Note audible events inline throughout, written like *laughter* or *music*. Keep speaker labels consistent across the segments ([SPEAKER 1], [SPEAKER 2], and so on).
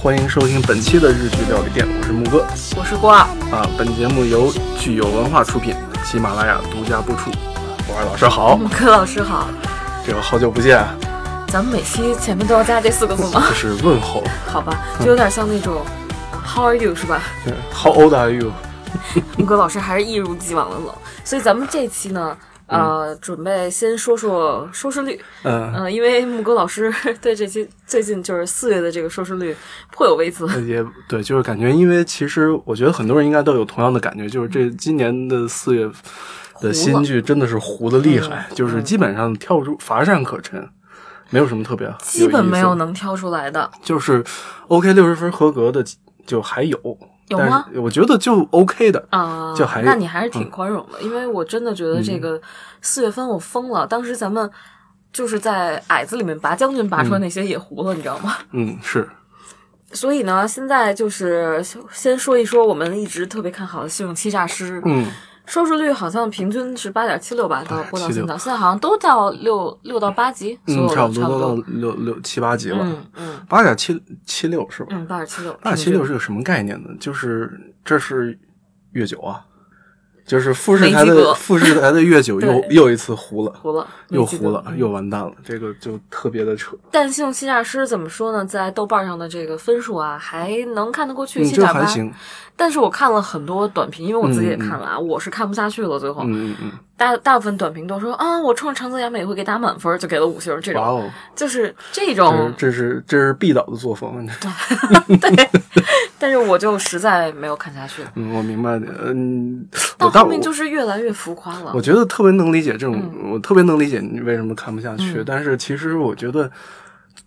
[SPEAKER 1] 欢迎收听本期的日剧料理店，我是木哥
[SPEAKER 2] 我是瓜，
[SPEAKER 1] 啊。本节目由具有文化出品，喜马拉雅独家播出。我是老师好，
[SPEAKER 2] 木哥老师好。
[SPEAKER 1] 这个好久不见啊，
[SPEAKER 2] 咱们每期前面都要加这四个字吗？
[SPEAKER 1] 就是问 *laughs* 候。
[SPEAKER 2] 好吧，
[SPEAKER 1] 嗯
[SPEAKER 2] 就有点像那种 How are you 是吧？
[SPEAKER 1] 对 How old are you？
[SPEAKER 2] 木哥老师还是一如既往的冷，所以咱们这期呢，呃，准备先说说收视率，
[SPEAKER 1] 嗯，
[SPEAKER 2] 嗯、因为木哥老师 *laughs* 对这期最近就是四月的这个收视率颇有微词。
[SPEAKER 1] 也对，就是感觉，因为其实我觉得很多人应该都有同样的感觉，就是这今年的四月的新剧真的是糊的厉害，就是基本上跳出乏善可陈，没有什么特别，
[SPEAKER 2] 基本没
[SPEAKER 1] 有意
[SPEAKER 2] 有
[SPEAKER 1] 思的
[SPEAKER 2] 能挑出来的，
[SPEAKER 1] 就是 OK 六十分合格的就还有，
[SPEAKER 2] 有
[SPEAKER 1] 但
[SPEAKER 2] 吗
[SPEAKER 1] 是我觉得就 OK 的，
[SPEAKER 2] 啊，
[SPEAKER 1] 就还
[SPEAKER 2] 那你还是挺
[SPEAKER 1] 嗯
[SPEAKER 2] 宽容的，因为我真的觉得这个四月份我疯了，当时咱们就是在矮子里面拔将军拔出来那些也糊了，你知道吗？
[SPEAKER 1] 嗯，是，
[SPEAKER 2] 所以呢，现在就是先说一说我们一直特别看好的《信用欺诈师》，
[SPEAKER 1] 嗯，
[SPEAKER 2] 收视率好像平均是八点七六吧，到播到现
[SPEAKER 1] 8.76
[SPEAKER 2] 在，现在好像都到六六到八集，所有
[SPEAKER 1] 嗯，
[SPEAKER 2] 的
[SPEAKER 1] 差
[SPEAKER 2] 差
[SPEAKER 1] 不多到
[SPEAKER 2] 多，
[SPEAKER 1] 六六七八集了，
[SPEAKER 2] 嗯嗯
[SPEAKER 1] 八点七七六是吧？
[SPEAKER 2] 嗯，八点七六，
[SPEAKER 1] 八点七六
[SPEAKER 2] 平均
[SPEAKER 1] 是个什么概念呢？就是这是月九啊，就是富士
[SPEAKER 2] 没
[SPEAKER 1] 台
[SPEAKER 2] 及
[SPEAKER 1] 的
[SPEAKER 2] 格
[SPEAKER 1] 富士台的月
[SPEAKER 2] *laughs*
[SPEAKER 1] 九又
[SPEAKER 2] 对
[SPEAKER 1] 又一次糊了，
[SPEAKER 2] 糊了，
[SPEAKER 1] 又
[SPEAKER 2] 没嗯记
[SPEAKER 1] 糊
[SPEAKER 2] 得
[SPEAKER 1] 了，又完蛋了，这个就特别的扯，
[SPEAKER 2] 但信用欺诈师怎么说呢？在豆瓣上的这个分数啊，还能看得过去，
[SPEAKER 1] 嗯，
[SPEAKER 2] 七
[SPEAKER 1] 这
[SPEAKER 2] 点
[SPEAKER 1] 还
[SPEAKER 2] 八。
[SPEAKER 1] 行，
[SPEAKER 2] 但是我看了很多短评，因为我自己也
[SPEAKER 1] 嗯嗯
[SPEAKER 2] 看了啊，我是看不下去了。最后、
[SPEAKER 1] 嗯嗯嗯，
[SPEAKER 2] 大大部分短评都说啊，我冲着长泽雅美会给打满分，就给了五星。这
[SPEAKER 1] 哇
[SPEAKER 2] 种
[SPEAKER 1] 哦，
[SPEAKER 2] 就是这
[SPEAKER 1] 这是
[SPEAKER 2] 种，
[SPEAKER 1] 这是这是毕导的作风，
[SPEAKER 2] 但是我就实在没有看下去。
[SPEAKER 1] 嗯，我明白你，嗯，
[SPEAKER 2] 到
[SPEAKER 1] 我
[SPEAKER 2] 后面
[SPEAKER 1] 我
[SPEAKER 2] 就是越来越浮夸了
[SPEAKER 1] 我。觉得特别能理解这种，
[SPEAKER 2] 嗯
[SPEAKER 1] 我特别能理解你为什么看不下去。但是其实我觉得，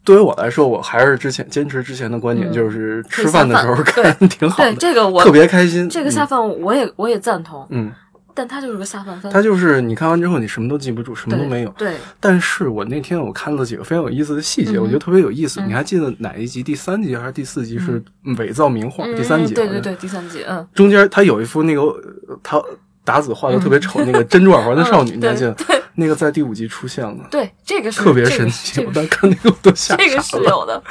[SPEAKER 1] 对于我来说，我还是之前坚持之前的观点，
[SPEAKER 2] 嗯
[SPEAKER 1] 就是
[SPEAKER 2] 可以
[SPEAKER 1] 吃饭的
[SPEAKER 2] 下
[SPEAKER 1] 时
[SPEAKER 2] 饭
[SPEAKER 1] 候看挺好
[SPEAKER 2] 对
[SPEAKER 1] 的，
[SPEAKER 2] 这个我
[SPEAKER 1] 特别开心。嗯
[SPEAKER 2] 这个下饭我也我也赞同，
[SPEAKER 1] 嗯，嗯，
[SPEAKER 2] 但它就是个下饭番。
[SPEAKER 1] 它就是你看完之后，你什么都记不住，什么
[SPEAKER 2] 对
[SPEAKER 1] 都没有。
[SPEAKER 2] 对，
[SPEAKER 1] 但是我那天我看了几个非常有意思的细节，
[SPEAKER 2] 嗯
[SPEAKER 1] 我觉得特别有意思。你还记得哪一集？第三集还是第四集是伪造名画？
[SPEAKER 2] 嗯，
[SPEAKER 1] 第三集啊好
[SPEAKER 2] 对
[SPEAKER 1] 像
[SPEAKER 2] 对
[SPEAKER 1] 是
[SPEAKER 2] 对，第三集，嗯，
[SPEAKER 1] 中间他有一幅那个呃他达子画的特别丑、那个珍珠耳环的少女，
[SPEAKER 2] 嗯
[SPEAKER 1] 你还记得
[SPEAKER 2] 对对？
[SPEAKER 1] 那个在第五集出现了，
[SPEAKER 2] 对，这个是
[SPEAKER 1] 特别
[SPEAKER 2] 这个
[SPEAKER 1] 神
[SPEAKER 2] 这
[SPEAKER 1] 奇，
[SPEAKER 2] 个
[SPEAKER 1] 我当时看那个我都吓
[SPEAKER 2] 这个
[SPEAKER 1] 傻了。
[SPEAKER 2] 是
[SPEAKER 1] 哎
[SPEAKER 2] 有的，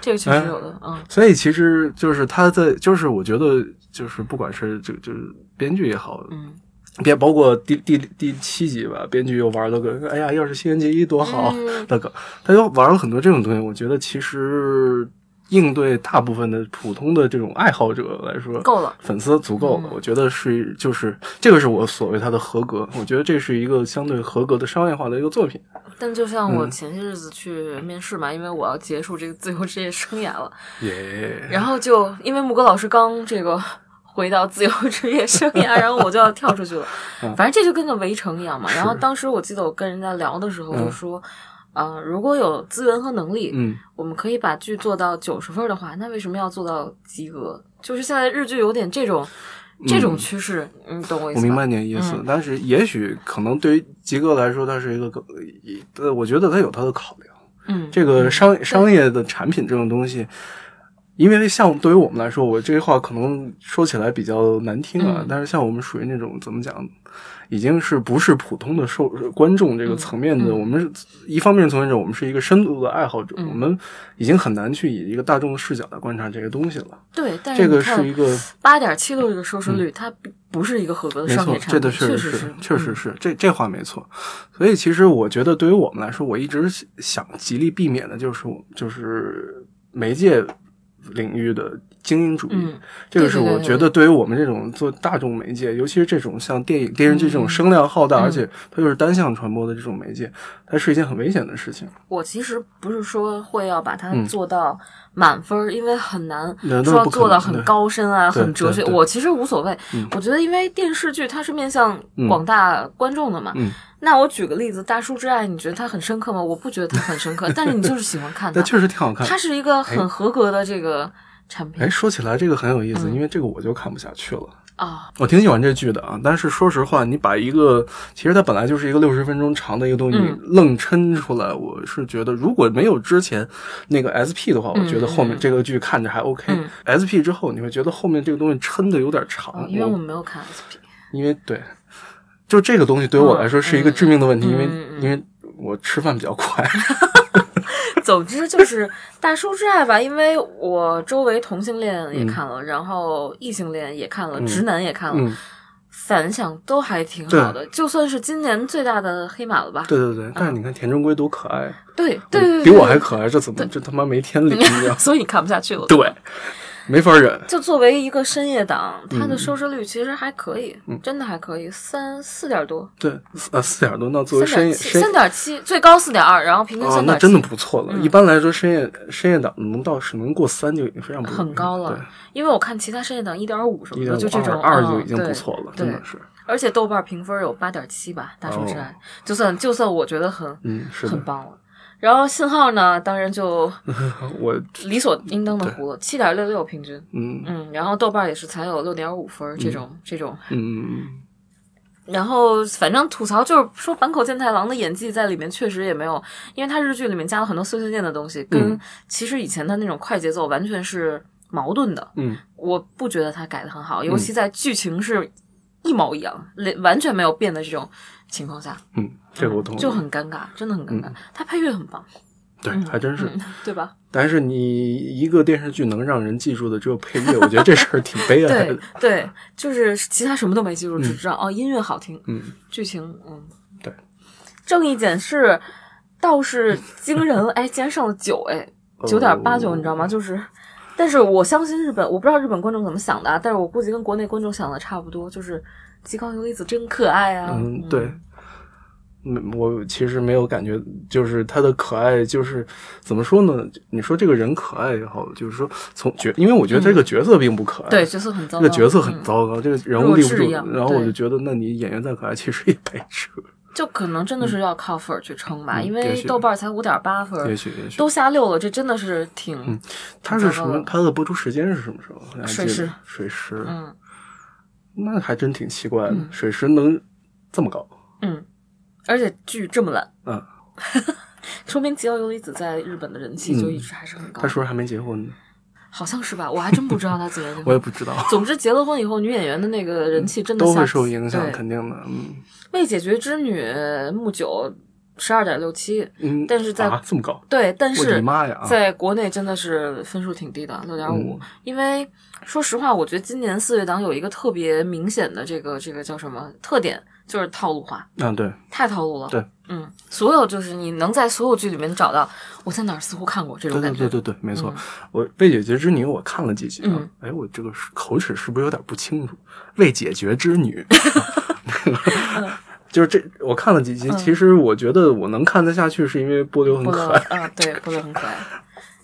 [SPEAKER 2] 这个确实有的，嗯，
[SPEAKER 1] 所以其实就是他在，就是我觉得就是不管是这就是编剧也好，
[SPEAKER 2] 嗯，
[SPEAKER 1] 别包括第第第七集吧，编剧又玩了个哎呀，要是新垣结衣多好
[SPEAKER 2] 嗯
[SPEAKER 1] 那个，他又玩了很多这种东西。我觉得其实应对大部分的普通的这种爱好者来说，
[SPEAKER 2] 够了，嗯
[SPEAKER 1] 粉丝足够了，我觉得是就是这个是我所谓它的合格，我觉得这是一个相对合格的商业化的一个作品。
[SPEAKER 2] 但就像
[SPEAKER 1] 嗯
[SPEAKER 2] 我前些日子去面试嘛，因为我要结束这个自由职业生涯了，
[SPEAKER 1] 耶，
[SPEAKER 2] 然后就因为木哥老师刚这个回到自由职业生涯，然后我就要跳出去了，
[SPEAKER 1] 嗯
[SPEAKER 2] 反正这就跟个围城一样嘛。然后当时我记得我跟人家聊的时候就说，呃，如果有资源和能力，
[SPEAKER 1] 嗯，
[SPEAKER 2] 我们可以把剧做到九十分的话，那为什么要做到及格？就是现在日剧有点这种这种趋势，你懂我意
[SPEAKER 1] 嗯我
[SPEAKER 2] 思嗯
[SPEAKER 1] 明
[SPEAKER 2] 吗？
[SPEAKER 1] 白你的意思，但是也许可能对于吉哥来说，它是一个更，呃，我觉得它有它的考量。
[SPEAKER 2] 嗯，
[SPEAKER 1] 这个商商业的产品这种东西，因为像对于我们来说，我这句话可能说起来比较难听啊，
[SPEAKER 2] 嗯
[SPEAKER 1] 但是像我们属于那种怎么讲，已经是不是普通的受观众这个层面的，
[SPEAKER 2] 嗯
[SPEAKER 1] 我们是一方面从业者，我们是一个深度的爱好者，
[SPEAKER 2] 嗯
[SPEAKER 1] 我们已经很难去以一个大众的视角来观察这个东西了。
[SPEAKER 2] 对，但是
[SPEAKER 1] 这个
[SPEAKER 2] 你看
[SPEAKER 1] 是一个
[SPEAKER 2] 八点七六这个收视率，它不不是一个合格的
[SPEAKER 1] 没
[SPEAKER 2] 商
[SPEAKER 1] 错
[SPEAKER 2] 业，产
[SPEAKER 1] 这
[SPEAKER 2] 品，
[SPEAKER 1] 个确
[SPEAKER 2] 确
[SPEAKER 1] 实
[SPEAKER 2] 是，嗯
[SPEAKER 1] 确实是这这话没错。所以其实我觉得，对于我们来说，我一直想极力避免的就是我就是媒介领域的精英主义。
[SPEAKER 2] 嗯
[SPEAKER 1] 这个
[SPEAKER 2] 对
[SPEAKER 1] 是
[SPEAKER 2] 对对
[SPEAKER 1] 我
[SPEAKER 2] 对
[SPEAKER 1] 觉得对于我们这种做大众媒介，尤其是这种像电影、电视剧这
[SPEAKER 2] 嗯
[SPEAKER 1] 种声量浩大，而且它又是单向传播的这种媒介，它是一件很危险的事情。
[SPEAKER 2] 我其实不是说会要把它
[SPEAKER 1] 嗯
[SPEAKER 2] 做到满分儿，因为很难
[SPEAKER 1] 那那
[SPEAKER 2] 说要
[SPEAKER 1] 不可
[SPEAKER 2] 做到
[SPEAKER 1] 能
[SPEAKER 2] 很
[SPEAKER 1] 对
[SPEAKER 2] 高深啊，
[SPEAKER 1] 对
[SPEAKER 2] 很哲
[SPEAKER 1] 对
[SPEAKER 2] 学。
[SPEAKER 1] 对嗯
[SPEAKER 2] 我其实无所谓，我觉得因为电视剧它是面向广大观众的嘛。
[SPEAKER 1] 嗯
[SPEAKER 2] 那我举个例子，《大叔之爱》，你觉得它很深刻吗？我不觉得它很深刻，但是你就是喜欢
[SPEAKER 1] *laughs*
[SPEAKER 2] 看它
[SPEAKER 1] 但，确实挺好看。
[SPEAKER 2] 它是一个很合格的这个产品
[SPEAKER 1] 哎，说起来这个很有意思，
[SPEAKER 2] 嗯
[SPEAKER 1] 因为这个我就看不下去了。
[SPEAKER 2] 啊。
[SPEAKER 1] 我挺喜欢这剧的啊，但是说实话，你把一个其实它本来就是一个六十分钟长的一个东西，
[SPEAKER 2] 嗯
[SPEAKER 1] 愣抻出来，我是觉得如果没有之前那个 SP 的话，我觉得后面这个剧看着还 OK、
[SPEAKER 2] 嗯
[SPEAKER 1] SP 之后，你会觉得后面这个东西抻的有点长，
[SPEAKER 2] 哦因为我没有看 SP，
[SPEAKER 1] 因为对，就这个东西对我来说是一个致命的问题，
[SPEAKER 2] 嗯
[SPEAKER 1] 因为、
[SPEAKER 2] 嗯嗯嗯 *laughs*
[SPEAKER 1] 因为我吃饭比较快，
[SPEAKER 2] 总之就是《大叔之爱》吧，因为我周围同性恋也看了，然后异性恋也看了，直男也看了，
[SPEAKER 1] 嗯，
[SPEAKER 2] 反响都还挺好的，就算是今年最大的黑马了吧？
[SPEAKER 1] 对对对。但是你看田中圭多可爱，
[SPEAKER 2] 对嗯对
[SPEAKER 1] 嗯
[SPEAKER 2] 对，
[SPEAKER 1] 比
[SPEAKER 2] 对
[SPEAKER 1] 我还可爱，这怎么这他妈没天理？你知
[SPEAKER 2] *laughs*
[SPEAKER 1] 道吗
[SPEAKER 2] 所以你看不下去了。
[SPEAKER 1] 对，没法忍。
[SPEAKER 2] 就作为一个深夜档，
[SPEAKER 1] 嗯
[SPEAKER 2] 它的收视率其实还可以，真的还可以，三四点多，
[SPEAKER 1] 对，四呃，四点多，那作
[SPEAKER 2] 三
[SPEAKER 1] 为深
[SPEAKER 2] 点
[SPEAKER 1] 夜
[SPEAKER 2] 七，
[SPEAKER 1] 深
[SPEAKER 2] 三点七，最高四点二，然后平均
[SPEAKER 1] 哦，
[SPEAKER 2] 三
[SPEAKER 1] 那
[SPEAKER 2] 点
[SPEAKER 1] 真的
[SPEAKER 2] 七，
[SPEAKER 1] 不错了。一般来说，深夜深夜档能到是能过三就已经非常不容易
[SPEAKER 2] 很高了。因为我看其他深夜档一点五什
[SPEAKER 1] 对，
[SPEAKER 2] 么
[SPEAKER 1] 一
[SPEAKER 2] 的，
[SPEAKER 1] 点
[SPEAKER 2] 就这种
[SPEAKER 1] 二
[SPEAKER 2] 嗯
[SPEAKER 1] 就已经
[SPEAKER 2] 对
[SPEAKER 1] 不错了，
[SPEAKER 2] 对
[SPEAKER 1] 真的是。
[SPEAKER 2] 而且豆瓣评分有八点七吧，《大叔之
[SPEAKER 1] 哦
[SPEAKER 2] 爱》就算就算我觉得很
[SPEAKER 1] 嗯，是
[SPEAKER 2] 很
[SPEAKER 1] 的，
[SPEAKER 2] 棒了。然后信号呢，当然就
[SPEAKER 1] 我
[SPEAKER 2] 理所应当的糊了，七点六六平均。
[SPEAKER 1] 嗯
[SPEAKER 2] 嗯，然后豆瓣也是才有六点五分这种这种。
[SPEAKER 1] 嗯
[SPEAKER 2] 然后反正吐槽就是说坂口健太郎的演技在里面确实也没有，因为他日剧里面加了很多碎碎念的东西，跟
[SPEAKER 1] 嗯
[SPEAKER 2] 其实以前他那种快节奏完全是矛盾的。
[SPEAKER 1] 嗯
[SPEAKER 2] 我不觉得他改的很好，尤其在剧情是一毛一样，连完全没有变的这种情况下，
[SPEAKER 1] 嗯，这个我懂了，
[SPEAKER 2] 就很尴尬，真的很尴尬。他配乐很棒，
[SPEAKER 1] 对，还真是。
[SPEAKER 2] 嗯，对吧？
[SPEAKER 1] 但是你一个电视剧能让人记住的只有配乐，我觉得这事儿挺悲哀
[SPEAKER 2] *laughs* 对
[SPEAKER 1] 的。
[SPEAKER 2] 对，就是其他什么都没记住，只知道哦音乐好听，
[SPEAKER 1] 嗯，
[SPEAKER 2] 剧情嗯
[SPEAKER 1] 对。
[SPEAKER 2] 正义检视倒是惊人了，哎，竟然上了九哎，
[SPEAKER 1] 哦
[SPEAKER 2] 九点八九，你知道吗？就是。但是我相信日本，我不知道日本观众怎么想的啊，但是我估计跟国内观众想的差不多，就是吉冈由里子真可爱啊。
[SPEAKER 1] 嗯，对。嗯，我其实没有感觉，就是他的可爱，就是怎么说呢？你说这个人可爱也好，就是说从角，因为我觉得这个角色并不可爱，
[SPEAKER 2] 嗯对，角色很糟
[SPEAKER 1] 这
[SPEAKER 2] 糕，
[SPEAKER 1] 个角色很
[SPEAKER 2] 嗯
[SPEAKER 1] 糟糕，这个人物立不
[SPEAKER 2] 弱智
[SPEAKER 1] 住。
[SPEAKER 2] 一样
[SPEAKER 1] 然后我
[SPEAKER 2] 对
[SPEAKER 1] 就觉得，那你演员再可爱，其实也白扯。
[SPEAKER 2] 就可能真的是要靠分儿去撑吧，
[SPEAKER 1] 嗯
[SPEAKER 2] 因
[SPEAKER 1] 也
[SPEAKER 2] 为
[SPEAKER 1] 许
[SPEAKER 2] 豆瓣儿才五点八分
[SPEAKER 1] 也
[SPEAKER 2] 儿，
[SPEAKER 1] 许，也许
[SPEAKER 2] 都下六了，这真的是挺
[SPEAKER 1] 嗯他是
[SPEAKER 2] 糟
[SPEAKER 1] 什
[SPEAKER 2] 糕
[SPEAKER 1] 么？
[SPEAKER 2] 了
[SPEAKER 1] 他的播出时间是什么时候？我还记
[SPEAKER 2] 水
[SPEAKER 1] 得
[SPEAKER 2] 师，
[SPEAKER 1] 水师，
[SPEAKER 2] 嗯
[SPEAKER 1] 那还真挺奇怪的。水师能这么高？
[SPEAKER 2] 嗯，而且剧这么烂，
[SPEAKER 1] 嗯，
[SPEAKER 2] *laughs* 说明吉奥由里子在日本的人气就一直还是很高
[SPEAKER 1] 嗯他，是不是还没结婚呢？
[SPEAKER 2] 嗯好像是吧？我还真不知道他结了
[SPEAKER 1] *laughs* 我
[SPEAKER 2] 婚。
[SPEAKER 1] 也不知道，
[SPEAKER 2] 总之，结了婚以后，女演员的那个人气真的
[SPEAKER 1] 都
[SPEAKER 2] 下
[SPEAKER 1] 会受影响，
[SPEAKER 2] 对
[SPEAKER 1] 肯定的。嗯
[SPEAKER 2] 未解决之女木九十二点六七，
[SPEAKER 1] 嗯，
[SPEAKER 2] 但是在
[SPEAKER 1] 啊这么高，
[SPEAKER 2] 对，但
[SPEAKER 1] 我的
[SPEAKER 2] 是
[SPEAKER 1] 妈呀！啊
[SPEAKER 2] 在国内真的是分数挺低的，六点五
[SPEAKER 1] 嗯。
[SPEAKER 2] 因为说实话，我觉得今年四月档有一个特别明显的这个这个叫什么特点，就是套路化，
[SPEAKER 1] 啊，对，
[SPEAKER 2] 太套路了。
[SPEAKER 1] 对，
[SPEAKER 2] 嗯，所有就是你能在所有剧里面找到我在哪儿似乎看过这种
[SPEAKER 1] 对对
[SPEAKER 2] 感觉。
[SPEAKER 1] 对对对，没错。我《未解决之女》我看了几集啊
[SPEAKER 2] 嗯，
[SPEAKER 1] 哎，我这个是口齿是不是有点不清楚？《未解决之
[SPEAKER 2] *laughs*
[SPEAKER 1] 女》啊
[SPEAKER 2] 嗯
[SPEAKER 1] *laughs* 就是这，我看了几集，其实我觉得我能看得下去，是因为波流很
[SPEAKER 2] 波
[SPEAKER 1] 可
[SPEAKER 2] 乐
[SPEAKER 1] 爱，
[SPEAKER 2] 啊，对，波乐很可
[SPEAKER 1] *laughs*
[SPEAKER 2] 爱。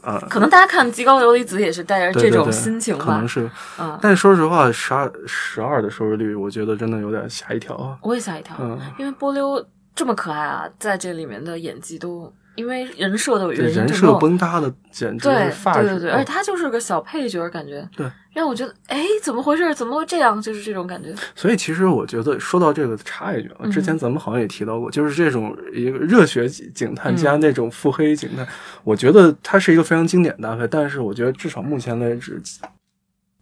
[SPEAKER 1] 啊
[SPEAKER 2] 可能大家看《极高琉璃子》也是带着
[SPEAKER 1] 对
[SPEAKER 2] 这
[SPEAKER 1] 对
[SPEAKER 2] 种
[SPEAKER 1] 对
[SPEAKER 2] 心情
[SPEAKER 1] 可
[SPEAKER 2] 吧
[SPEAKER 1] 能。是。
[SPEAKER 2] 嗯
[SPEAKER 1] 但说实话，十二十二的收视率，我觉得真的有点吓一跳啊。
[SPEAKER 2] 我也吓一跳，
[SPEAKER 1] 嗯
[SPEAKER 2] 因为波溜这么可爱啊，在这里面的演技都因为人设的
[SPEAKER 1] 这
[SPEAKER 2] 原因
[SPEAKER 1] 人
[SPEAKER 2] 就
[SPEAKER 1] 设
[SPEAKER 2] 没有
[SPEAKER 1] 崩塌的简直
[SPEAKER 2] 对
[SPEAKER 1] 是发
[SPEAKER 2] 对
[SPEAKER 1] 指。啊
[SPEAKER 2] 对对，而且他就是个小配角，感觉
[SPEAKER 1] 对，
[SPEAKER 2] 让我觉得哎，怎么回事？怎么会这样？就是这种感觉。
[SPEAKER 1] 所以其实我觉得说到这个插一句啊，
[SPEAKER 2] 嗯
[SPEAKER 1] 之前咱们好像也提到过，就是这种一个热血警探加
[SPEAKER 2] 嗯
[SPEAKER 1] 那种腹黑警探，我觉得它是一个非常经典的搭配。但是我觉得至少目前为止，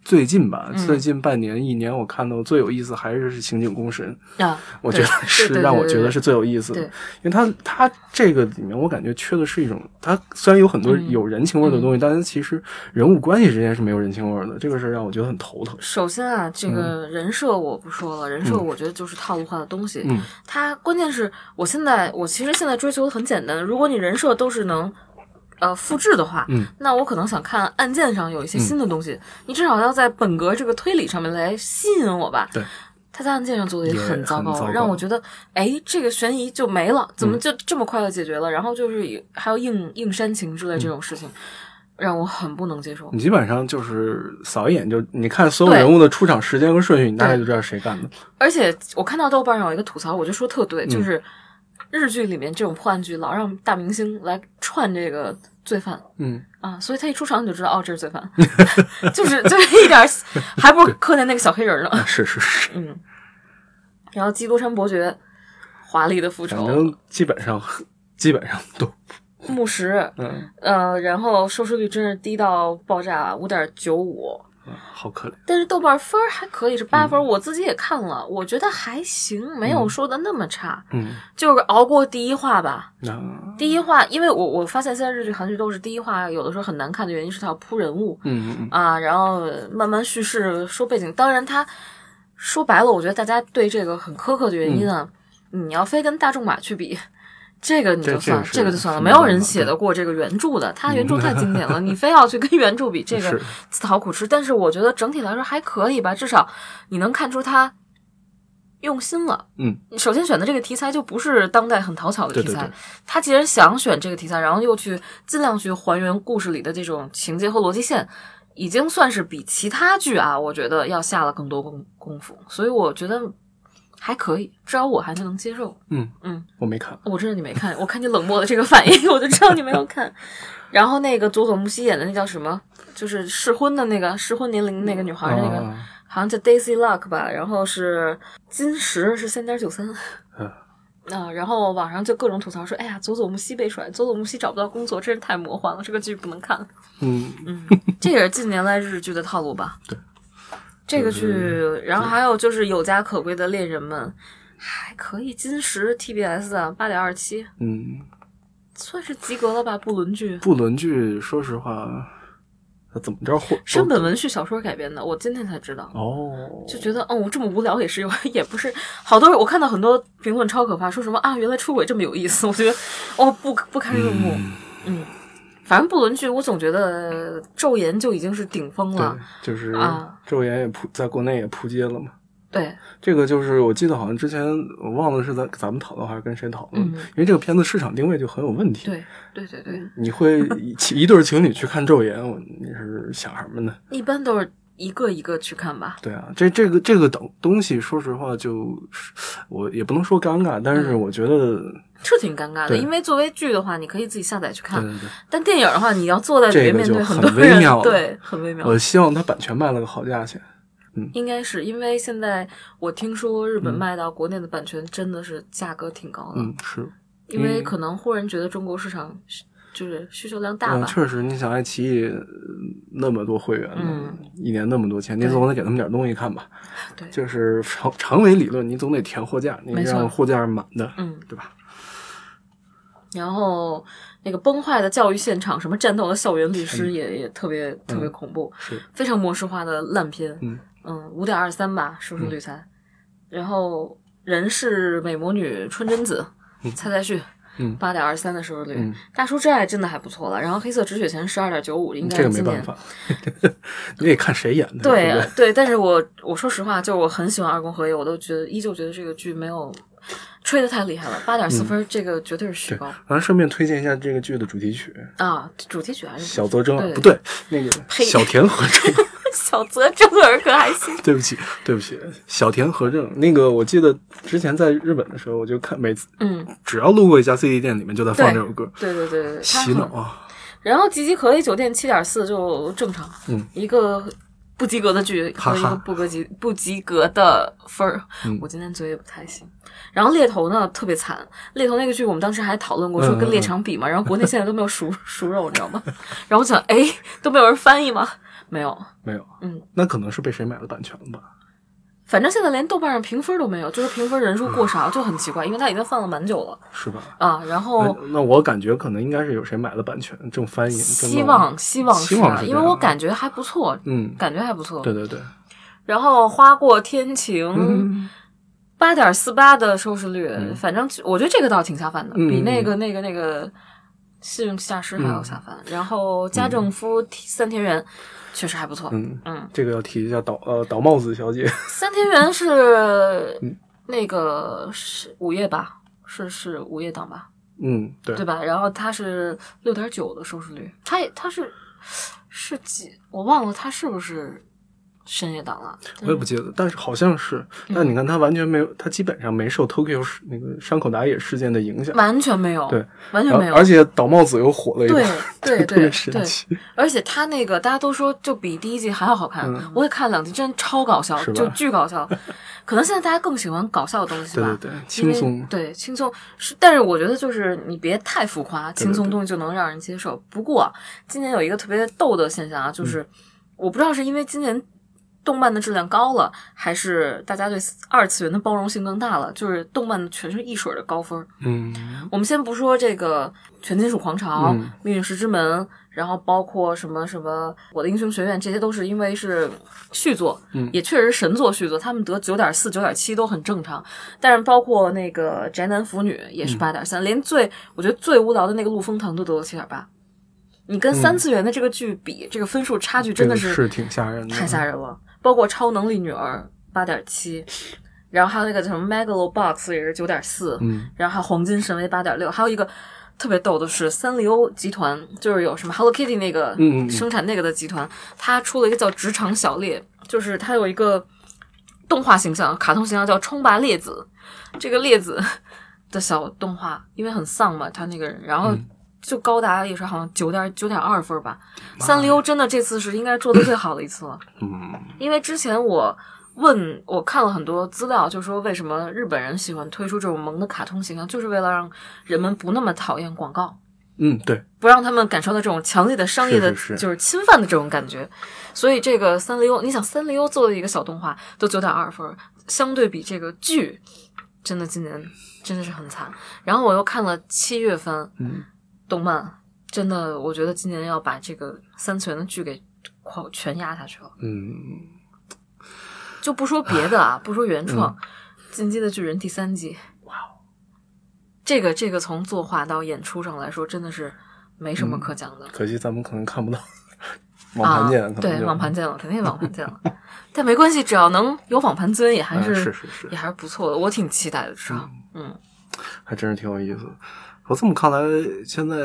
[SPEAKER 1] 最近吧，
[SPEAKER 2] 嗯
[SPEAKER 1] 最近半年一年，我看到最有意思还是《刑警攻神》，
[SPEAKER 2] 啊，
[SPEAKER 1] 我觉得
[SPEAKER 2] 对
[SPEAKER 1] 是
[SPEAKER 2] 对对
[SPEAKER 1] 让
[SPEAKER 2] 对
[SPEAKER 1] 我觉
[SPEAKER 2] 对
[SPEAKER 1] 得是最有意思的，
[SPEAKER 2] 对
[SPEAKER 1] 因为它它这个里面我感觉缺的是一种，它虽然有很多
[SPEAKER 2] 嗯
[SPEAKER 1] 有人情味的东西，但是其实人物关系之间是没有人情味的，这个是让我觉得很头疼。
[SPEAKER 2] 首先啊，这个人设我不说了，人设我觉得就是套路化的东西。
[SPEAKER 1] 嗯，
[SPEAKER 2] 它关键是我现在，我其实现在追求的很简单，如果你人设都是能。呃，复制的话，
[SPEAKER 1] 嗯
[SPEAKER 2] 那我可能想看案件上有一些新的东西，你至少要在本格这个推理上面来吸引我吧。
[SPEAKER 1] 对，
[SPEAKER 2] 他在案件上做的
[SPEAKER 1] 也
[SPEAKER 2] 很糟糕，
[SPEAKER 1] 很糟糕嗯
[SPEAKER 2] 让我觉得，哎，这个悬疑就没了，怎么就这么快就解决了？然后就是以还有硬硬煽情之
[SPEAKER 1] 嗯
[SPEAKER 2] 类这种事情，让我很不能接受。
[SPEAKER 1] 你基本上就是扫一眼就，你看所有
[SPEAKER 2] 对
[SPEAKER 1] 人物的出场时间和顺序，你大概就知道谁干的。
[SPEAKER 2] 而且我看到豆瓣上有一个吐槽，我就说特对，
[SPEAKER 1] 嗯
[SPEAKER 2] 就是日剧里面这种破案剧老让大明星来串这个罪犯
[SPEAKER 1] 嗯，
[SPEAKER 2] 啊，所以他一出场你就知道哦，这是
[SPEAKER 1] *laughs*
[SPEAKER 2] 罪犯，就是就是一点儿，还不如柯南那个小黑人呢。
[SPEAKER 1] 是是 *laughs* 是，
[SPEAKER 2] 嗯，然后基督山伯爵华丽的复
[SPEAKER 1] 反
[SPEAKER 2] 仇，
[SPEAKER 1] 正基本上基本上都
[SPEAKER 2] 牧石，
[SPEAKER 1] 嗯
[SPEAKER 2] 呃，然后收视率真是低到爆炸，五点九五。
[SPEAKER 1] 嗯好可怜。
[SPEAKER 2] 但是豆瓣分儿还可以是八
[SPEAKER 1] 嗯
[SPEAKER 2] 分，我自己也看了，我觉得还行，没有说的那么差，
[SPEAKER 1] 嗯，
[SPEAKER 2] 就是熬过第一话吧。
[SPEAKER 1] 那、
[SPEAKER 2] 第一话，因为我我发现现在日剧、韩剧都是第一话有的时候很难看的原因是它要铺人物，
[SPEAKER 1] 嗯嗯
[SPEAKER 2] 啊，然后慢慢叙事说背景。当然他，说白了，我觉得大家对这个很苛刻的原因啊，你要非跟大众马去比，这个你
[SPEAKER 1] 这
[SPEAKER 2] 就算
[SPEAKER 1] 这
[SPEAKER 2] 了，
[SPEAKER 1] 是
[SPEAKER 2] 这个就算了，
[SPEAKER 1] 是
[SPEAKER 2] 没
[SPEAKER 1] 没
[SPEAKER 2] 有
[SPEAKER 1] 办
[SPEAKER 2] 人
[SPEAKER 1] 法
[SPEAKER 2] 写得过这个原著的，他原著太经典了，你非要去跟原
[SPEAKER 1] *laughs*
[SPEAKER 2] 著比，
[SPEAKER 1] 嗯，
[SPEAKER 2] 这个
[SPEAKER 1] 是，
[SPEAKER 2] 自讨苦吃。但是我觉得整体来说还可以吧，至少你能看出他。用心了，
[SPEAKER 1] 嗯，
[SPEAKER 2] 首先选的这个题材就不是当代很讨巧的
[SPEAKER 1] 对
[SPEAKER 2] 题材，
[SPEAKER 1] 对对，
[SPEAKER 2] 他既然想选这个题材，然后又去尽量去还原故事里的这种情节和逻辑线，已经算是比其他剧啊，我觉得要下了更多功功夫，所以我觉得还可以，至少我还是能接受。
[SPEAKER 1] 嗯
[SPEAKER 2] 嗯，
[SPEAKER 1] 我没看，
[SPEAKER 2] 我知道你没看，我看你冷漠的这个反应，我就知道你没有
[SPEAKER 1] *laughs*
[SPEAKER 2] 看。然后那个佐佐木希演的那叫什么，就是适婚的那个适婚年龄那个女孩儿那个，
[SPEAKER 1] 啊
[SPEAKER 2] 好像叫 Daisy Luck 吧，然后是金石是三点九三， *laughs*
[SPEAKER 1] 嗯
[SPEAKER 2] 啊，然后网上就各种吐槽说，哎呀，佐佐木希被甩，佐佐木希找不到工作，真是太魔幻了，这个剧不能看。
[SPEAKER 1] 嗯，
[SPEAKER 2] 嗯，这也是近年来日剧的套路吧？
[SPEAKER 1] 对，
[SPEAKER 2] 这个
[SPEAKER 1] 就
[SPEAKER 2] 剧，然后还有就是有家可归的恋人们，还可以，金石 TBS 啊，八点二七，
[SPEAKER 1] 嗯，
[SPEAKER 2] 算是及格了吧？不伦剧，
[SPEAKER 1] 不伦剧，说实话，怎么着混
[SPEAKER 2] 山本文绪小说改编的，我今天才知道。
[SPEAKER 1] 哦，
[SPEAKER 2] 就觉得，嗯，我这么无聊也是有， *laughs* 也不是好多。我看到很多评论超可怕，说什么啊，原来出轨这么有意思，我 *laughs* 觉得，哦，不不堪入目。
[SPEAKER 1] 嗯，
[SPEAKER 2] 反正不伦剧，我总觉得《昼颜》就已经是顶峰
[SPEAKER 1] 对
[SPEAKER 2] 了。，
[SPEAKER 1] 就是
[SPEAKER 2] 啊
[SPEAKER 1] 昼颜也扑在国内也扑街了嘛。
[SPEAKER 2] 对，
[SPEAKER 1] 这个就是我记得好像之前我忘了是咱咱们讨论还是跟谁讨论，
[SPEAKER 2] 嗯
[SPEAKER 1] 因为这个片子市场定位就很有问题。
[SPEAKER 2] 对，对，对，对，
[SPEAKER 1] 你会一起一对情侣去看《昼颜》，我你是想什么呢？
[SPEAKER 2] 一般都是一个一个去看吧。
[SPEAKER 1] 对啊，这这个这个东东西，说实话就是我也不能说尴尬，但是
[SPEAKER 2] 嗯
[SPEAKER 1] 我觉得，
[SPEAKER 2] 这挺尴尬的，
[SPEAKER 1] 对
[SPEAKER 2] 因为作为剧的话，你可以自己下载去
[SPEAKER 1] 对
[SPEAKER 2] 看；
[SPEAKER 1] 对对，
[SPEAKER 2] 但电影的话，你要坐在里面
[SPEAKER 1] 这个就
[SPEAKER 2] 面对
[SPEAKER 1] 很
[SPEAKER 2] 多
[SPEAKER 1] 微
[SPEAKER 2] 人
[SPEAKER 1] 妙，了
[SPEAKER 2] 对，很微妙。
[SPEAKER 1] 我希望它版权卖了个好价钱。
[SPEAKER 2] 应该是因为现在我听说日本卖到国内的版权真的是价格挺高的，
[SPEAKER 1] 嗯，是，
[SPEAKER 2] 因为
[SPEAKER 1] 嗯
[SPEAKER 2] 可能忽然觉得中国市场需就是需求量大
[SPEAKER 1] 嗯，
[SPEAKER 2] 吧。
[SPEAKER 1] 确实，你想爱奇艺呃那么多会员呢，
[SPEAKER 2] 嗯
[SPEAKER 1] 一年那么多钱，你
[SPEAKER 2] 对
[SPEAKER 1] 总得给他们点东西看吧？
[SPEAKER 2] 对
[SPEAKER 1] 就是长长尾理论，你总得填货架，你
[SPEAKER 2] 没错
[SPEAKER 1] 让货架满的，
[SPEAKER 2] 嗯，
[SPEAKER 1] 对吧？
[SPEAKER 2] 然后那个崩坏的教育现场，什么战斗的校园律师也、也特别特别恐怖，
[SPEAKER 1] 嗯是，
[SPEAKER 2] 非常模式化的烂片。
[SPEAKER 1] 嗯
[SPEAKER 2] 嗯，五点二三吧，收视率才。然后人是美魔女春真子，蔡蔡旭。
[SPEAKER 1] 嗯
[SPEAKER 2] 八点二三的收视率，
[SPEAKER 1] 嗯
[SPEAKER 2] 大叔之爱真的还不错了。然后黑色止血钳十二点九五，应
[SPEAKER 1] 嗯
[SPEAKER 2] 该
[SPEAKER 1] 这
[SPEAKER 2] 是
[SPEAKER 1] 个没
[SPEAKER 2] 今
[SPEAKER 1] 办
[SPEAKER 2] 年
[SPEAKER 1] 法， *laughs* 你得看谁演的，对不
[SPEAKER 2] 对
[SPEAKER 1] 对？
[SPEAKER 2] 对，但是我我说实话，就是我很喜欢二宫和也，我都觉得依旧觉得这个剧没有吹的太厉害了，八点四分，这个绝嗯对是虚高、
[SPEAKER 1] 然后顺便推荐一下这个剧的主题曲，
[SPEAKER 2] 啊！主题曲还是
[SPEAKER 1] 小泽征尔
[SPEAKER 2] 对
[SPEAKER 1] 不对，那个
[SPEAKER 2] 呸
[SPEAKER 1] 小田和正，
[SPEAKER 2] *laughs*
[SPEAKER 1] *laughs*
[SPEAKER 2] 小泽征尔可还行，
[SPEAKER 1] 对不起，对不起，小田和正。那个我记得之前在日本的时候，我就看每次
[SPEAKER 2] 嗯，
[SPEAKER 1] 只要路过一家 CD 店，里面就在放
[SPEAKER 2] 对
[SPEAKER 1] 这首歌，
[SPEAKER 2] 对对对对对，他
[SPEAKER 1] 洗
[SPEAKER 2] 很
[SPEAKER 1] 脑啊，
[SPEAKER 2] 然后吉吉可以酒店七点四就正常，
[SPEAKER 1] 嗯，
[SPEAKER 2] 一个不及格的剧
[SPEAKER 1] 哈
[SPEAKER 2] 和一
[SPEAKER 1] 哈嗯
[SPEAKER 2] 个不格及不及格的分儿，我今天嘴也不太行。然后猎头呢特别惨，猎头那个剧我们当时还讨论过，说
[SPEAKER 1] 嗯
[SPEAKER 2] 跟猎场比嘛，然后国内现在都没有熟 *laughs* 熟肉，你知道吗？然后我想，哎，都没有人翻译吗？没有，
[SPEAKER 1] 没有，
[SPEAKER 2] 嗯，
[SPEAKER 1] 那可能是被谁买了版权了吧？
[SPEAKER 2] 反正现在连豆瓣上评分都没有，就是评分人数过少，就很奇怪，因为它已经放了蛮久了
[SPEAKER 1] 是吧？
[SPEAKER 2] 啊。然后
[SPEAKER 1] 那那我感觉可能应该是有谁买了版权，正翻译，正
[SPEAKER 2] 希
[SPEAKER 1] 弄
[SPEAKER 2] 望希望是
[SPEAKER 1] 希望
[SPEAKER 2] 啊，
[SPEAKER 1] 是这
[SPEAKER 2] 因为我
[SPEAKER 1] 样
[SPEAKER 2] 感觉还不错，
[SPEAKER 1] 嗯，
[SPEAKER 2] 感觉还不错，
[SPEAKER 1] 对对对，
[SPEAKER 2] 然后《花过天晴》
[SPEAKER 1] 嗯，
[SPEAKER 2] 八点四八的收视率，
[SPEAKER 1] 嗯
[SPEAKER 2] 反正我觉得这个倒挺下饭的，
[SPEAKER 1] 嗯
[SPEAKER 2] 比那个那个那个《信用下师》还要下饭。然后家政夫、三田园确实还不错。
[SPEAKER 1] 嗯
[SPEAKER 2] 嗯
[SPEAKER 1] 这个要提一下岛呃岛帽子小姐，
[SPEAKER 2] 三田园是那个是午夜吧，是是午夜档吧，
[SPEAKER 1] 嗯，对
[SPEAKER 2] 对吧？然后它是六点九的收视率，它也它是是几我忘了它是不是深夜档了？
[SPEAKER 1] 我也不记得，但是好像是。但你看，
[SPEAKER 2] 嗯
[SPEAKER 1] 他完全没有，他基本上没受 Tokyo 事那个山口打野事件的影响，
[SPEAKER 2] 完全没有，
[SPEAKER 1] 对，然
[SPEAKER 2] 完全
[SPEAKER 1] 后
[SPEAKER 2] 没有
[SPEAKER 1] 而。且岛帽子又火了一
[SPEAKER 2] 对
[SPEAKER 1] 段， *laughs*
[SPEAKER 2] 对
[SPEAKER 1] 特别
[SPEAKER 2] 对
[SPEAKER 1] 神
[SPEAKER 2] 对，
[SPEAKER 1] 奇。
[SPEAKER 2] 而且他那个大家都说就比第一季还要好看，
[SPEAKER 1] 嗯
[SPEAKER 2] 我也看了两集，真的超搞笑，
[SPEAKER 1] 是吧
[SPEAKER 2] 就巨搞笑。 *laughs* 可能现在大家更喜欢搞笑的东西
[SPEAKER 1] 对
[SPEAKER 2] 吧，
[SPEAKER 1] 对对，轻
[SPEAKER 2] 因为
[SPEAKER 1] 松。
[SPEAKER 2] 对轻松是，但是我觉得就是你别太浮
[SPEAKER 1] 嗯
[SPEAKER 2] 夸，轻松东西就能让人接受。不过今年有一个特别逗的现象啊，就是我不知道是因为今年动漫的质量高了，还是大家对二次元的包容性更大了，就是动漫全是一水的高分。
[SPEAKER 1] 嗯
[SPEAKER 2] 我们先不说这个《全金属狂潮》
[SPEAKER 1] 嗯
[SPEAKER 2] 命运石之门》，然后包括什么什么《我的英雄学院》，这些都是因为是续作，
[SPEAKER 1] 嗯
[SPEAKER 2] 也确实是神作续作，他们得九点四、九点七都很正常。但是包括那个《宅男腐女》也
[SPEAKER 1] 嗯
[SPEAKER 2] 是八点三，连最我觉得最无聊的那个《陆风堂》都得了七点八。你跟三次元的这个剧比，这个分数差距真的
[SPEAKER 1] 嗯这个是挺吓人的，
[SPEAKER 2] 太吓人了。包括超能力女儿八点七，然后还有那个叫什么 Megalobox 也是九点四，
[SPEAKER 1] 嗯
[SPEAKER 2] 然后还有黄金神威八点六，还有一个特别逗的是三丽鸥集团，就是有什么 Hello Kitty 那个
[SPEAKER 1] 嗯嗯嗯
[SPEAKER 2] 生产那个的集团，它出了一个叫职场小烈，就是它有一个动画形象、卡通形象叫冲吧烈子，这个烈子的小动画，因为很丧嘛，他那个人，然后。
[SPEAKER 1] 嗯
[SPEAKER 2] 就高达也是好像九点九点二分吧，三丽鸥真的这次是应该做的最好的一次了。
[SPEAKER 1] 嗯
[SPEAKER 2] 因为之前我问我看了很多资料，就说为什么日本人喜欢推出这种萌的卡通形象，就是为了让人们不那么讨厌广告，
[SPEAKER 1] 嗯，对，
[SPEAKER 2] 不让他们感受到这种强烈的商业的，
[SPEAKER 1] 是是是
[SPEAKER 2] 就是侵犯的这种感觉。所以这个三丽鸥，你想三丽鸥做的一个小动画都九点二分，相对比这个剧，真的今年真的是很惨。然后我又看了七月份
[SPEAKER 1] 嗯
[SPEAKER 2] 动漫，真的我觉得今年要把这个三次元的剧给狂全压下去了。
[SPEAKER 1] 嗯，
[SPEAKER 2] 就不说别
[SPEAKER 1] *laughs*
[SPEAKER 2] 的啊，不说原创，
[SPEAKER 1] 嗯
[SPEAKER 2] 进击的巨人》第三季，哇，
[SPEAKER 1] 哦
[SPEAKER 2] 这个这个从作画到演出上来说，真的是没什么可讲的。
[SPEAKER 1] 可惜咱们可能看不到嗯 *laughs* 网
[SPEAKER 2] 啊
[SPEAKER 1] 盘见，，可能
[SPEAKER 2] 对，
[SPEAKER 1] 就嗯
[SPEAKER 2] 网盘见了，肯定网盘见了， *laughs* 但没关系，只要能有网盘资源，也还
[SPEAKER 1] 啊
[SPEAKER 2] 是,、
[SPEAKER 1] 是是是
[SPEAKER 2] 也，还是不错的，我挺期待的，至少，嗯，
[SPEAKER 1] 还真是挺有意思的。我这么看来，现在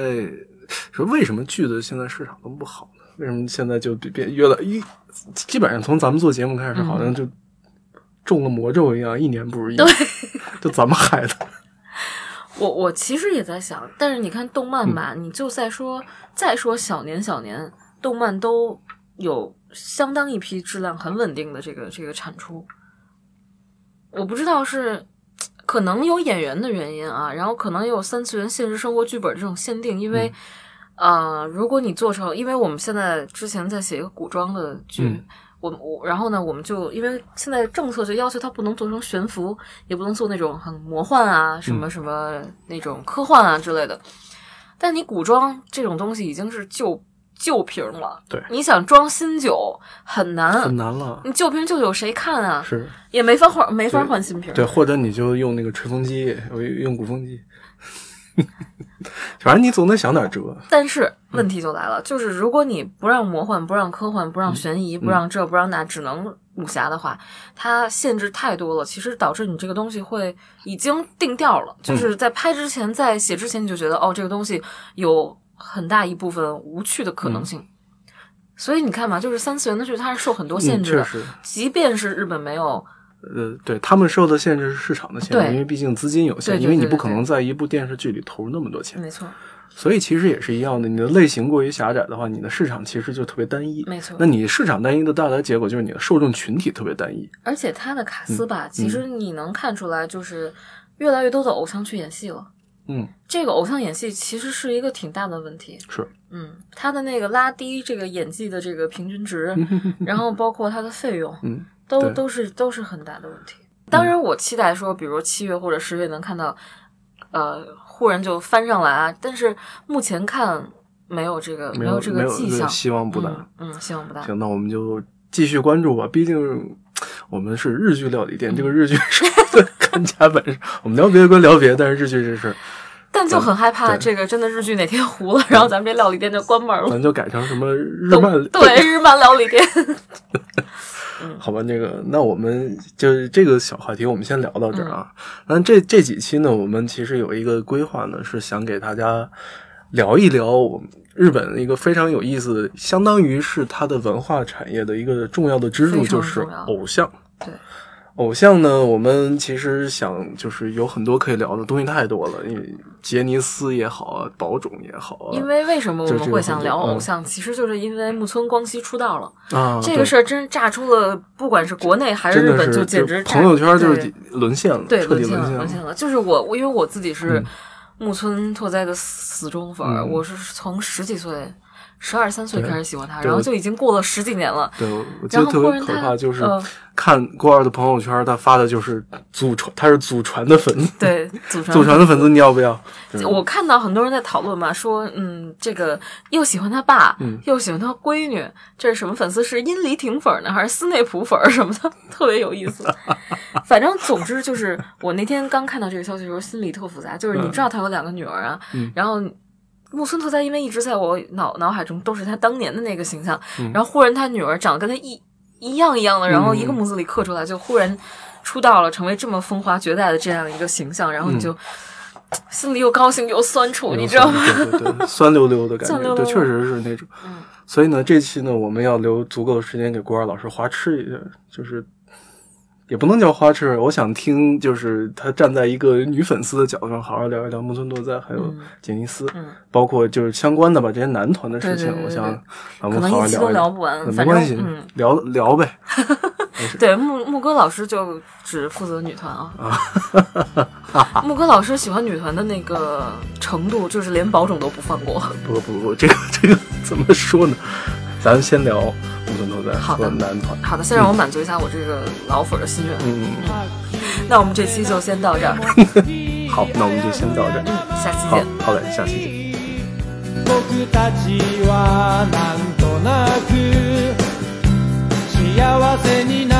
[SPEAKER 1] 说为什么剧的现在市场那么不好呢？为什么现在就变越来一基本上从咱们做节目开始，
[SPEAKER 2] 嗯
[SPEAKER 1] 好像就中了魔咒一样，一年不如一年。就咱们害
[SPEAKER 2] *laughs*
[SPEAKER 1] 的。
[SPEAKER 2] 我我其实也在想，但是你看动漫吧，你就再说再说小年小年，动漫都有相当一批质量很稳定的这个这个产出。我不知道是可能有演员的原因啊，然后可能也有三次元现实生活剧本这种限定，因为、呃，如果你做成，因为我们现在之前在写一个古装的剧。
[SPEAKER 1] 嗯
[SPEAKER 2] 我我然后呢，我们就因为现在政策就要求它不能做成悬浮，也不能做那种很魔幻啊，什
[SPEAKER 1] 嗯
[SPEAKER 2] 么什么那种科幻啊之类的。但你古装这种东西已经是旧旧瓶了，
[SPEAKER 1] 对
[SPEAKER 2] 你想装新酒很难，
[SPEAKER 1] 很难了。
[SPEAKER 2] 你旧瓶旧酒谁看啊？
[SPEAKER 1] 是
[SPEAKER 2] 也没法换，没法换新瓶。
[SPEAKER 1] 对，或者你就用那个吹风机，用鼓风机， *laughs* 反正你总得想点辙。
[SPEAKER 2] 但是
[SPEAKER 1] 嗯
[SPEAKER 2] 问题就来了，就是如果你不让魔幻、不让科幻、不
[SPEAKER 1] 嗯
[SPEAKER 2] 让悬疑、不让这、不让那，只能武侠的话，它限制太多了，其实导致你这个东西会已经定调了。
[SPEAKER 1] 嗯
[SPEAKER 2] 就是在拍之前、在写之前，你就觉得哦，这个东西有很大一部分无趣的可
[SPEAKER 1] 嗯
[SPEAKER 2] 能性。所以你看嘛，就是三次元的剧，它是受很多限
[SPEAKER 1] 嗯，
[SPEAKER 2] 制的，
[SPEAKER 1] 确实，
[SPEAKER 2] 即便是日本没有，
[SPEAKER 1] 呃，对他们受的限制是市场的限制，
[SPEAKER 2] 对
[SPEAKER 1] 因为毕竟资金有限，
[SPEAKER 2] 对对
[SPEAKER 1] 因为你
[SPEAKER 2] 对
[SPEAKER 1] 不
[SPEAKER 2] 对
[SPEAKER 1] 可能在一部电视剧里投入那么多钱，
[SPEAKER 2] 没错，
[SPEAKER 1] 所以其实也是一样的。你的类型过于狭窄的话，你的市场其实就特别单一。
[SPEAKER 2] 没错
[SPEAKER 1] 那。你市场单一的带来的结果就是你的受众群体特别单一。
[SPEAKER 2] 而且它的卡
[SPEAKER 1] 嗯
[SPEAKER 2] 斯吧，其实你能看出来，就是越来越多的偶像去演戏了。
[SPEAKER 1] 嗯，
[SPEAKER 2] 这个偶像演戏其实是一个挺大的问题。
[SPEAKER 1] 是，
[SPEAKER 2] 嗯，他的那个拉低这个演技的这个平均
[SPEAKER 1] *laughs*
[SPEAKER 2] 值，然后包括他的费用，
[SPEAKER 1] 嗯，
[SPEAKER 2] 都
[SPEAKER 1] 对
[SPEAKER 2] 都是都是很大的问题。当然，我期待说，比如七月或者十月能看到，呃，忽然就翻上来啊。但是目前看没有这个
[SPEAKER 1] 没
[SPEAKER 2] 有
[SPEAKER 1] 有
[SPEAKER 2] 这
[SPEAKER 1] 没
[SPEAKER 2] 个
[SPEAKER 1] 有
[SPEAKER 2] 迹
[SPEAKER 1] 这个
[SPEAKER 2] 象，
[SPEAKER 1] 希望不大。
[SPEAKER 2] 嗯，嗯，希望不大。
[SPEAKER 1] 行，那我们就继续关注吧。毕竟我们是日剧料理
[SPEAKER 2] 嗯
[SPEAKER 1] 店，这个日剧是 *laughs* 看家本事。我们聊别的归聊别的，但是日剧这事儿，
[SPEAKER 2] 但就很害怕
[SPEAKER 1] 对
[SPEAKER 2] 这个真的日剧哪天糊了，然后咱们这料理店就关门了。
[SPEAKER 1] 咱就改成什么日
[SPEAKER 2] 都
[SPEAKER 1] 漫
[SPEAKER 2] 对日漫料
[SPEAKER 1] *laughs*
[SPEAKER 2] 理店，
[SPEAKER 1] 好吧，那个，那我们就是这个小话题，我们先聊到这儿啊。
[SPEAKER 2] 嗯
[SPEAKER 1] 那这这几期呢，我们其实有一个规划呢，是想给大家聊一聊我们日本一个非常有意思的，相当于是它的文化产业的一个重要的支柱，
[SPEAKER 2] 非常重
[SPEAKER 1] 就
[SPEAKER 2] 要
[SPEAKER 1] 是偶像。
[SPEAKER 2] 对。
[SPEAKER 1] 偶像呢，我们其实想就是有很多可以聊的东西太多了，因为杰尼斯也好啊，宝冢也好啊，
[SPEAKER 2] 因为为什么我们会想聊
[SPEAKER 1] 这这个很多嗯
[SPEAKER 2] 偶像，其实就是因为木村光希出道了，
[SPEAKER 1] 啊
[SPEAKER 2] 这
[SPEAKER 1] 对
[SPEAKER 2] 个事儿真炸出了，不管是国内还是
[SPEAKER 1] 真
[SPEAKER 2] 日
[SPEAKER 1] 的
[SPEAKER 2] 本，
[SPEAKER 1] 是
[SPEAKER 2] 就简直炸
[SPEAKER 1] 朋友圈就是
[SPEAKER 2] 对
[SPEAKER 1] 沦陷了，
[SPEAKER 2] 对啊
[SPEAKER 1] 彻底
[SPEAKER 2] 沦陷了，
[SPEAKER 1] 了
[SPEAKER 2] 沦。陷了。就是我，我因为我自己是
[SPEAKER 1] 嗯
[SPEAKER 2] 木村拓哉的死忠粉儿，
[SPEAKER 1] 嗯
[SPEAKER 2] 我是从十几岁。十二三岁开始喜欢他，
[SPEAKER 1] 对
[SPEAKER 2] 然后就已经过了十几年了。
[SPEAKER 1] 对，我记得
[SPEAKER 2] 然后
[SPEAKER 1] 特
[SPEAKER 2] 忽
[SPEAKER 1] 别
[SPEAKER 2] 然
[SPEAKER 1] 可
[SPEAKER 2] 他
[SPEAKER 1] 怕，就是
[SPEAKER 2] 呃
[SPEAKER 1] 看郭二的朋友圈，他发的就是祖传，他是祖传的粉， *laughs*
[SPEAKER 2] 对，祖传
[SPEAKER 1] 祖传的粉丝你要不要？对
[SPEAKER 2] 嗯 *laughs* 我看到很多人在讨论嘛，说嗯，这个又喜欢他爸，又喜欢他闺女，这是什么粉丝？是殷离婷粉儿呢，还是斯内普粉儿什么的？ *laughs* 特别有意思。反正总之就是，我那天刚看到这个消息的时候，心里特复杂。就是你知道他有两个女儿啊，然后木村拓哉因为一直在我脑脑海中都是他当年的那个形象，然后忽然他女儿长得跟他一一样一样的，然后一个模子里刻出来，就忽然出道了，成为这么风华绝代的这样一个形象，然后你就。心里又高兴又酸楚，你知道吗？
[SPEAKER 1] 对对对，酸溜溜的感
[SPEAKER 2] 酸
[SPEAKER 1] 觉，
[SPEAKER 2] 溜溜嗯
[SPEAKER 1] 对，确实是那种。所以呢，这期呢，我们要留足够的时间给郭二老师花痴一下，就是也不能叫花痴，我想听，就是他站在一个女粉丝的角度上，好好聊一聊木村拓哉还有杰尼斯，
[SPEAKER 2] 嗯
[SPEAKER 1] 包括就是相关的吧，这些男团的事情，
[SPEAKER 2] 对对对
[SPEAKER 1] 我
[SPEAKER 2] 对
[SPEAKER 1] 想
[SPEAKER 2] 对
[SPEAKER 1] 啊我
[SPEAKER 2] 可
[SPEAKER 1] 们
[SPEAKER 2] 能
[SPEAKER 1] 好好
[SPEAKER 2] 一期都
[SPEAKER 1] 聊一
[SPEAKER 2] 聊不完，
[SPEAKER 1] 没
[SPEAKER 2] 反正
[SPEAKER 1] 关系，
[SPEAKER 2] 嗯，
[SPEAKER 1] 聊聊呗。
[SPEAKER 2] 对木木哥老师就只负责女团啊。
[SPEAKER 1] 啊
[SPEAKER 2] *laughs* 木哥老师喜欢女团的那个程度，就是连保种都不放过。
[SPEAKER 1] 不不不，这个 *laughs* 这个怎么说呢？咱们先聊木村拓哉
[SPEAKER 2] 好
[SPEAKER 1] 和
[SPEAKER 2] 的
[SPEAKER 1] 男团。
[SPEAKER 2] 好的，先让我满足一下我这个老粉儿的心愿。
[SPEAKER 1] 嗯，
[SPEAKER 2] 那我们这期就先到这儿，
[SPEAKER 1] *laughs* 好，那我们就先到这儿。
[SPEAKER 2] 下期
[SPEAKER 1] 好
[SPEAKER 2] 嗯见。，
[SPEAKER 1] 好嘞，下期见。
[SPEAKER 3] 僕たちはなんとなく幸せにな